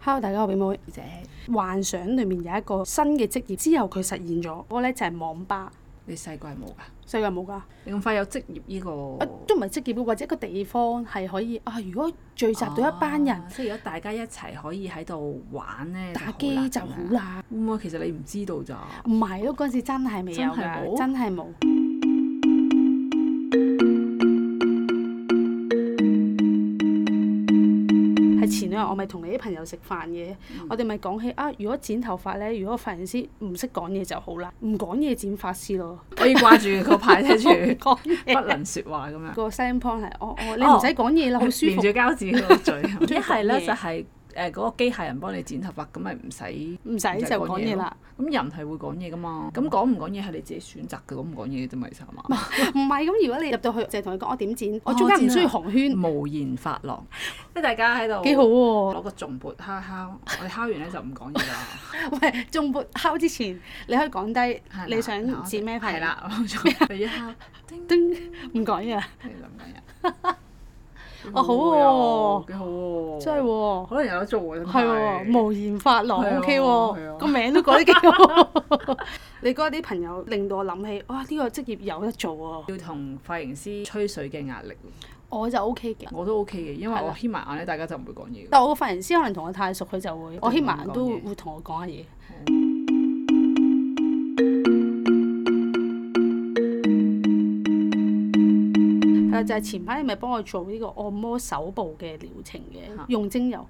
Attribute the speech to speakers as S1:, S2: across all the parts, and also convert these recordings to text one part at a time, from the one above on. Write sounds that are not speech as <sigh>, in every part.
S1: Hello，大家好，我表妹姐。幻想裏面有一個新嘅職業，之後佢實現咗，嗰個咧就係網吧。
S2: 你細個係冇㗎，
S1: 世界冇㗎，啊
S2: 你咁快有職業呢個？
S1: 都唔係職業，或者一個地方係可以啊。如果聚集到一班人
S2: 啊即係如果大家一齊可以喺度玩咧，
S1: 打機就
S2: 好
S1: 好
S2: 啦咁樣。
S1: 啦。
S2: 會唔會其實你唔知道咋？
S1: 唔係咯，嗰陣時真係未有㗎，真
S2: 真
S1: 係冇。係前兩日我咪同你啲朋友食飯嘅，我哋咪講起啊，如果剪頭髮咧，如果髮型師唔識講嘢就好啦，唔講嘢剪髮師咯。
S2: 可以掛住個牌
S1: <laughs>
S2: 睇
S1: 唔
S2: 住，
S1: 講
S2: 不 <laughs>
S1: 嘢。
S2: 能説話咁樣。
S1: 個 selling point 係我我你唔
S2: 哦
S1: 使講嘢啦，好舒
S2: 連
S1: 服
S2: 住，膠紙喺度嘴。
S1: 中意 <laughs>
S2: 一係
S1: 講
S2: 咧
S1: 嘢
S2: 就係誒嗰個機械人幫你剪頭髮，咁咪唔使。咁
S1: 唔使就講嘢啦。
S2: 人係會講嘢噶嘛？咁講唔講嘢係你自己選擇嘅，講唔講嘢嘅啫嘛，其實係嘛？
S1: 唔係咁，如果你入到去就係同佢講我點剪，我
S2: 哦
S1: 中間
S2: 我
S1: 唔
S2: 知
S1: 需要
S2: 啦
S1: 紅圈，
S2: <laughs> 無言髮
S1: <laughs>
S2: 廊，即係大家喺度
S1: 幾好喎。
S2: 攞個重撥敲一敲，我哋敲完咧就唔講嘢啦。
S1: 喂，仲撥敲之前，你可以講低你想剪咩
S2: 係
S1: 牌， <laughs>
S2: 啦，冇錯。你一敲，叮，
S1: 叮唔講嘢啦，
S2: 你諗緊人。
S1: 哦好喎
S2: 幾好喎！
S1: 真係喎，
S2: 可能有得做喎，真
S1: 係喎，無言法郎
S2: 係喎
S1: OK
S2: 係
S1: 喎，
S2: 喎
S1: 個名都改得幾好。 <laughs> 你嗰啲朋友令到我諗起，哇！呢個職業有得做喎，
S2: 要同髮型師吹水嘅壓力，
S1: 我就 OK 嘅。
S2: 我都 OK 嘅，因為
S1: 係
S2: 我
S1: 啦
S2: 瞇埋眼咧，大家就唔會講嘢嘅。
S1: 但我個髮型師可能同我太熟，佢就會我
S2: 同你
S1: 起碼都
S2: 講嘢
S1: 會同我講下嘢。係啦，就係前排你咪幫我做呢個按摩手部嘅療程嘅
S2: 嚇，
S1: 用精油。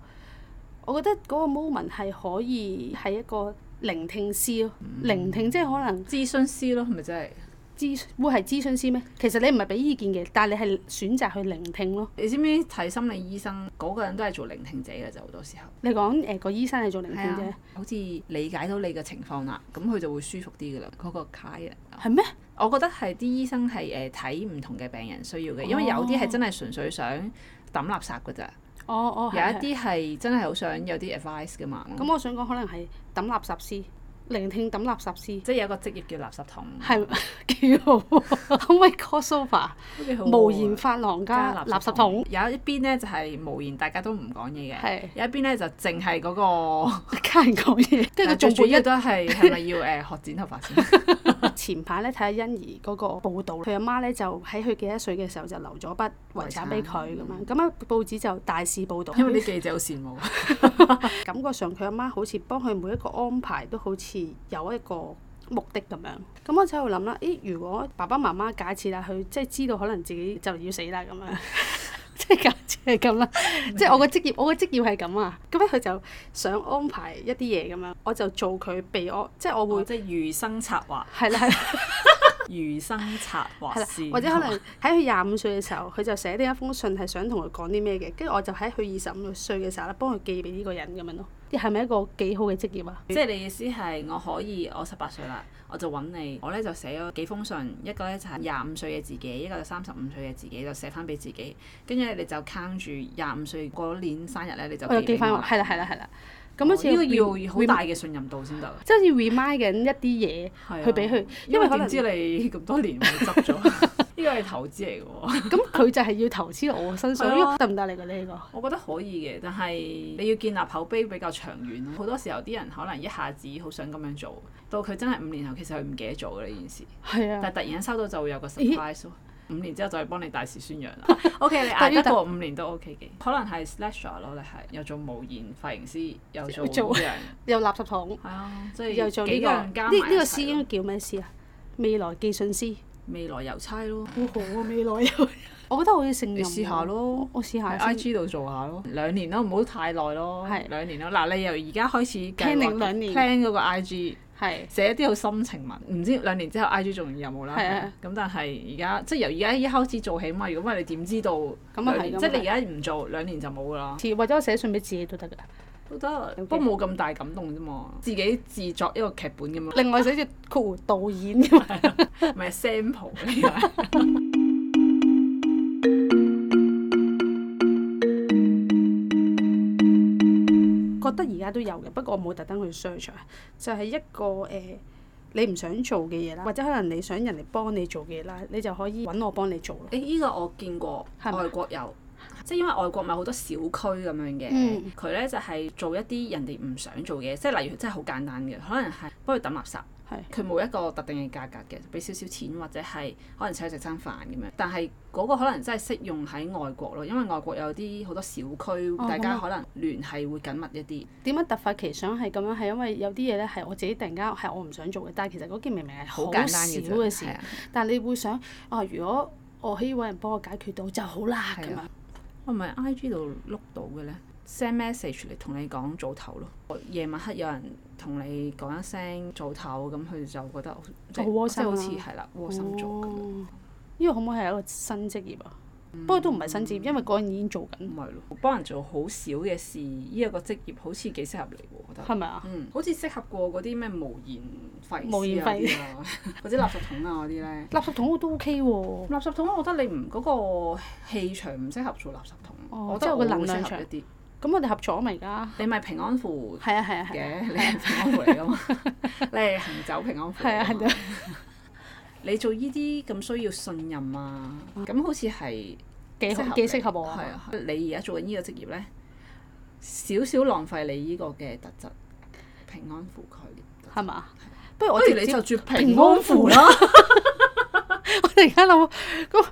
S1: 我覺得嗰個 moment 係可以係一個聆聽師咯，
S2: 嗯
S1: 聆聽即係可能
S2: 諮詢師咯，係咪真係？
S1: 諮會係諮詢師咩？其實你唔係俾意見嘅，但係你係選擇去聆聽咯。
S2: 你知唔知睇心理醫生嗰、個人都係做聆聽者嘅啫，好多時候。
S1: 你講誒個醫生係做聆聽
S2: 係
S1: 啫
S2: 啊，，好似理解到你嘅情況啦，咁佢就會舒服啲噶啦。嗰、個 client，
S1: 係咩？
S2: 我覺得係啲醫生係誒呃睇唔同嘅病人需要嘅，因為有啲係真係純粹想抌垃圾噶咋，
S1: 哦哦，
S2: 有
S1: 係係
S2: 一啲係真係好想有啲 advice 噶嘛。
S1: 咁我想講，可能係抌垃圾師，聆聽抌垃圾師，
S2: 即係有一個職業叫垃圾桶，
S1: 係 <laughs> 幾好喎？可唔可以 crossover
S2: 都幾好喎
S1: 無言髮廊加垃圾桶？
S2: 有一邊咧就係無言，大家都唔講嘢嘅。
S1: 係
S2: 有一邊咧就淨係嗰 <laughs> 個，
S1: 家人講嘢，跟住佢
S2: 最
S1: 仲
S2: 主
S1: 會
S2: 要
S1: 一
S2: 都係係咪要誒學剪頭髮先？ <laughs>
S1: 前排咧睇下欣宜嗰個報導，佢阿媽咧就喺佢幾多歲嘅時候就留咗筆遺產俾佢咁樣，咁啊報紙就大肆報導，
S2: 因為啲記者好羨 <laughs> 慕。
S1: 感覺上佢阿媽好似幫佢每一個安排都好似有一個目的咁樣。咁我就喺度諗啦，咦？如果爸爸媽媽假設啦，佢即係知道可能自己就嚟要死啦咁樣。 <laughs> 即係假設係咁啦，即係我個職業，我個職業係咁啊。咁咧佢就想安排一啲嘢咁樣，我就做佢被安，即係我會
S2: 即係餘生策劃，
S1: <laughs> 係啦係啦
S2: 餘生策劃
S1: 係啦，或者可能喺佢廿五歲嘅時候，佢就寫呢一封信係想同佢講啲咩嘅，跟住我就喺佢二十五歲嘅時候咧，幫佢寄俾呢個人咁樣咯。係咪一個幾好嘅職業啊？
S2: 即係你意思係我可以，我十八歲啦，我就揾你，我咧就寫咗幾封信，一個咧就係廿五歲嘅自己，一個就三十五歲嘅自己，就寫翻俾自己，跟住你就 count 住廿五歲嗰年生日咧，你就
S1: 我又寄
S2: 俾
S1: 翻
S2: 我
S1: 喎，
S2: 啦。
S1: 係啦係啦係啦，咁好
S2: 哦
S1: 似
S2: 呢個要
S1: rem-
S2: 好大嘅信任度先得。
S1: rem- 即係好似 remind 緊一
S2: <laughs>
S1: 啲
S2: 係
S1: 嘢
S2: 啊
S1: 去俾佢，因
S2: 因
S1: 為
S2: 為
S1: 可能
S2: 點知你咁多年會執咗？
S1: <laughs>
S2: <laughs> 呢個係投資嚟嘅喎，
S1: 咁佢就係要投資落我身上，
S2: 係啊
S1: 呢
S2: 咯
S1: 個得唔得你覺得呢個？
S2: 我覺得可以嘅，但係你要建立口碑比較長遠咯。好多時候啲人可能一下子好想咁樣做，到佢真係五年後其實佢唔記得做嘅呢件事，
S1: 係啊，
S2: 但係突然間收到就會有個
S1: 咦
S2: surprise 咯。五年之後就係幫你大肆宣揚
S1: <laughs>
S2: 啦。OK，你捱
S1: 但要
S2: 得
S1: 但
S2: 過五年都 OK 嘅。可能係 slasher 咯，你係又做無言髮型師，又做
S1: 做
S2: 呢
S1: <laughs>
S2: 樣，
S1: 又垃圾桶，
S2: 係啊，即係
S1: 又做呢
S2: 幾
S1: 個呢
S2: 樣
S1: 呢
S2: 加埋一齊咯。
S1: 個師應該叫咩師啊？未來寄信師，
S2: 未來郵差咯，
S1: 好好啊！未來又，我覺得我要勝任。
S2: 你試下，咯。
S1: 我試下
S2: 喺
S1: 先。
S2: IG 度做下咯，兩年咯，唔好太耐咯
S1: 係，
S2: 兩年咯。嗱，你由而家開始
S1: Planning 兩年
S2: plan 嗰個 IG，
S1: 係
S2: 寫一啲好深情文，唔知兩年之後 IG 仲有冇啦？
S1: 係啊
S2: 咁但係而家即係由而家一開始做起嘛，如果唔係你點知道
S1: 係
S2: 兩年？
S1: 咁啊
S2: 即係你而家唔做兩年就冇㗎啦，
S1: 似或者我寫信俾自己都得㗎。
S2: 都得，不過冇咁大感動啫嘛，自己自作一個劇本咁樣，
S1: 另外寫住括弧導演咁樣，
S2: 唔係 sample 呢個係。 <laughs>
S1: 覺得而家都有嘅，不過我冇特登去 search 啊。就係一個誒、呃你唔想做嘅嘢啦，或者可能你想人哋幫你做嘅嘢啦，你就可以揾我幫你做咯。
S2: 誒，依個我見過
S1: 係咪
S2: 外國有，即係因為外國咪好多小區咁樣嘅
S1: 嗯，
S2: 佢咧、就係做一啲人哋唔想做嘅嘢，即係例如真係好簡單嘅，可能係幫佢抌垃圾。
S1: 係
S2: 佢冇一個特定嘅價格嘅，俾少少錢或者係可能請佢食餐飯咁樣。但係嗰個可能真係適用喺外國咯，因為外國有啲好多小區，
S1: 哦
S2: 大
S1: 咁
S2: 家
S1: 啊
S2: 可能聯繫會緊密一啲。
S1: 點解突發奇想係咁樣？係因為有啲嘢咧係我自己突然間係我唔想做嘅，但係其實嗰件明明係
S2: 好
S1: 哦好
S2: 簡單
S1: 少
S2: 嘅啫
S1: 嘅事
S2: 係，啊
S1: 但係你會想啊，如果我可以揾人幫我解決到就好啦咁
S2: 係
S1: 樣
S2: 啊。我唔係 I G 度碌到嘅咧，send message 嚟同你講早唞咯。夜晚黑有人同你講一聲早唞，咁佢就覺得好即
S1: 哦好窩
S2: 係即係好似
S1: 心啊
S2: 係啦，窩心做咁樣，
S1: 哦呢個可唔可以係一個新職業啊？不過都唔係新職業，因為嗰人已經做緊
S2: 唔，係嗯咯，幫人做好少嘅事，呢一個職業好似幾適合你喎，我覺得。
S1: 係咪啊？
S2: 嗯，好似適合過嗰啲咩無言廢
S1: 無
S2: 屍
S1: 言
S2: 啊嗰啲啊， <laughs> 或者垃圾桶啊嗰啲咧。
S1: 垃圾桶我都 OK 喎，
S2: 垃圾桶，我覺得你唔嗰個氣場唔適合做垃圾桶，
S1: 哦
S2: 我覺
S1: 即係
S2: 得
S1: 有
S2: 我
S1: 個
S2: 會
S1: 能量
S2: 適合
S1: 場
S2: 一啲。
S1: 咁我哋合作啊嘛而家。
S2: 你咪平安符
S1: 係啊係啊係啊。 <laughs>
S2: 嘅，你係平安符嚟噶嘛？你係行走平安符
S1: 係啊
S2: 嚟㗎
S1: 係
S2: 嘛。
S1: 啊，
S2: 你做呢啲咁需要信任啊，
S1: 嗯
S2: 咁好似係
S1: 幾好
S2: 你
S1: 幾適合我
S2: 係
S1: 啊！
S2: 啊，你而家做緊呢個職業咧，少少浪費你呢個嘅特質，平安符佢。
S1: 係嘛？不如
S2: 不
S1: 我
S2: 如
S1: 直
S2: 你
S1: 接
S2: 就
S1: 我
S2: 住
S1: 平
S2: 平
S1: 安
S2: 安
S1: 符
S2: 符
S1: 啦 <laughs>
S2: 啦，
S1: 突然間諗，咁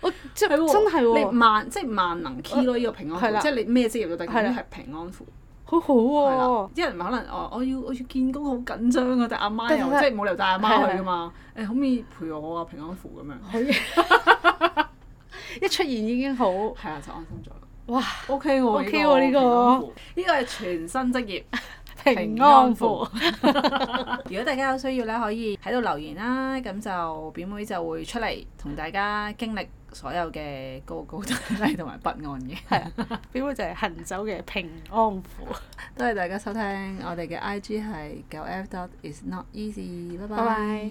S1: 我即
S2: 係喎
S1: 真係
S2: 你
S1: 喎，
S2: 萬即係萬能 key 咯，呢個平
S1: 係
S2: 安
S1: 啦
S2: 符，即係你咩職業都得，
S1: 係啦
S2: 咁係平安符。
S1: 好好
S2: 係
S1: 喎
S2: 啦，。啲人可能哦，我要我要見工好緊張啊，但阿媽又
S1: 得得
S2: 即係啊冇理由帶阿媽去
S1: 係係
S2: 噶嘛。誒，可唔可以陪我啊？平安符咁樣，
S1: 好嘢一出現已經好
S2: 係啊，就安心咗啦。
S1: 哇
S2: ！OK 喎
S1: OK
S2: 呢個
S1: 喎呢個
S2: 平安符呢個係全新職業。
S1: 平安符，
S2: <laughs> 如果大家有需要咧，可以喺度留言啦，咁就表妹就會出嚟同大家經歷所有嘅高高低低同埋不安嘅。
S1: 表妹就係行走嘅平安符。
S2: 多謝大家收聽，我哋嘅 I G 係九 F dot is not easy，拜
S1: 拜拜